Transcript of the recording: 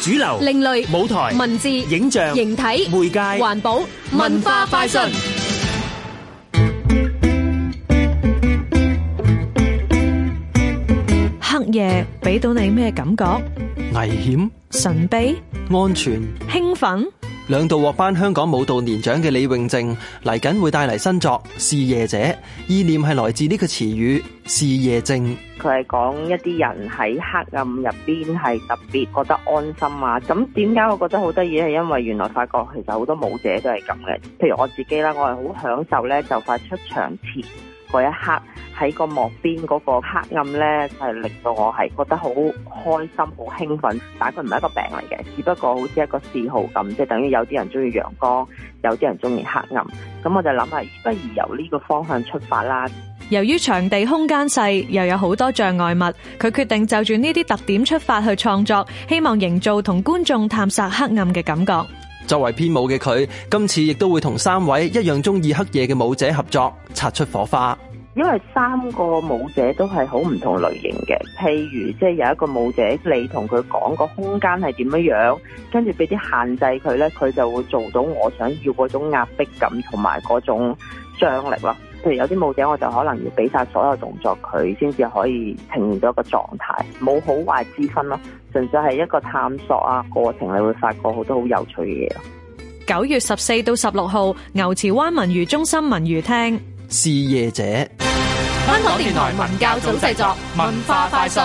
主流、另類舞台、文字、影像、形體、媒介環保、文化快訊。黑夜俾到你咩感覺？危險、神秘、安全。興奮？兩度獲頒香港舞蹈年獎嘅李永正嚟緊會帶嚟新作《視夜者》，意念係來自呢個詞語《視夜症》。佢係講一啲人喺黑暗入邊係特別覺得安心啊！咁點解我覺得好得意？係因為原來發覺其實好多舞者都係咁嘅。譬如我自己啦，我係好享受咧，就快出場前嗰一刻喺個幕邊嗰個黑暗咧，係令到我係覺得好開心、好興奮。但係佢唔係一個病嚟嘅，只不過好似一個嗜好咁，即係等於有啲人中意陽光，有啲人中意黑暗。咁我就諗下，不如由呢個方向出發啦。由於場地空間細，又有好多障礙物，佢決定就住呢啲特點出發去創作，希望營造同觀眾探索黑暗嘅感覺。作為編舞嘅佢，今次亦都會同三位一樣中意黑夜嘅舞者合作，擦出火花。因為三個舞者都係好唔同類型嘅，譬如即係有一個舞者，你同佢講個空間係點樣樣，跟住俾啲限制佢咧，佢就會做到我想要嗰種壓迫感同埋嗰種張力咯。譬如有啲舞者，我就可能要俾晒所有動作佢，先至可以呈現到一個狀態，冇好壞之分咯，純粹係一個探索啊過程，你會發覺好多好有趣嘅嘢。九月十四到十六號，牛池灣文娛中心文娛廳。 《視夜者》香港電台文教組製作，文化快訊。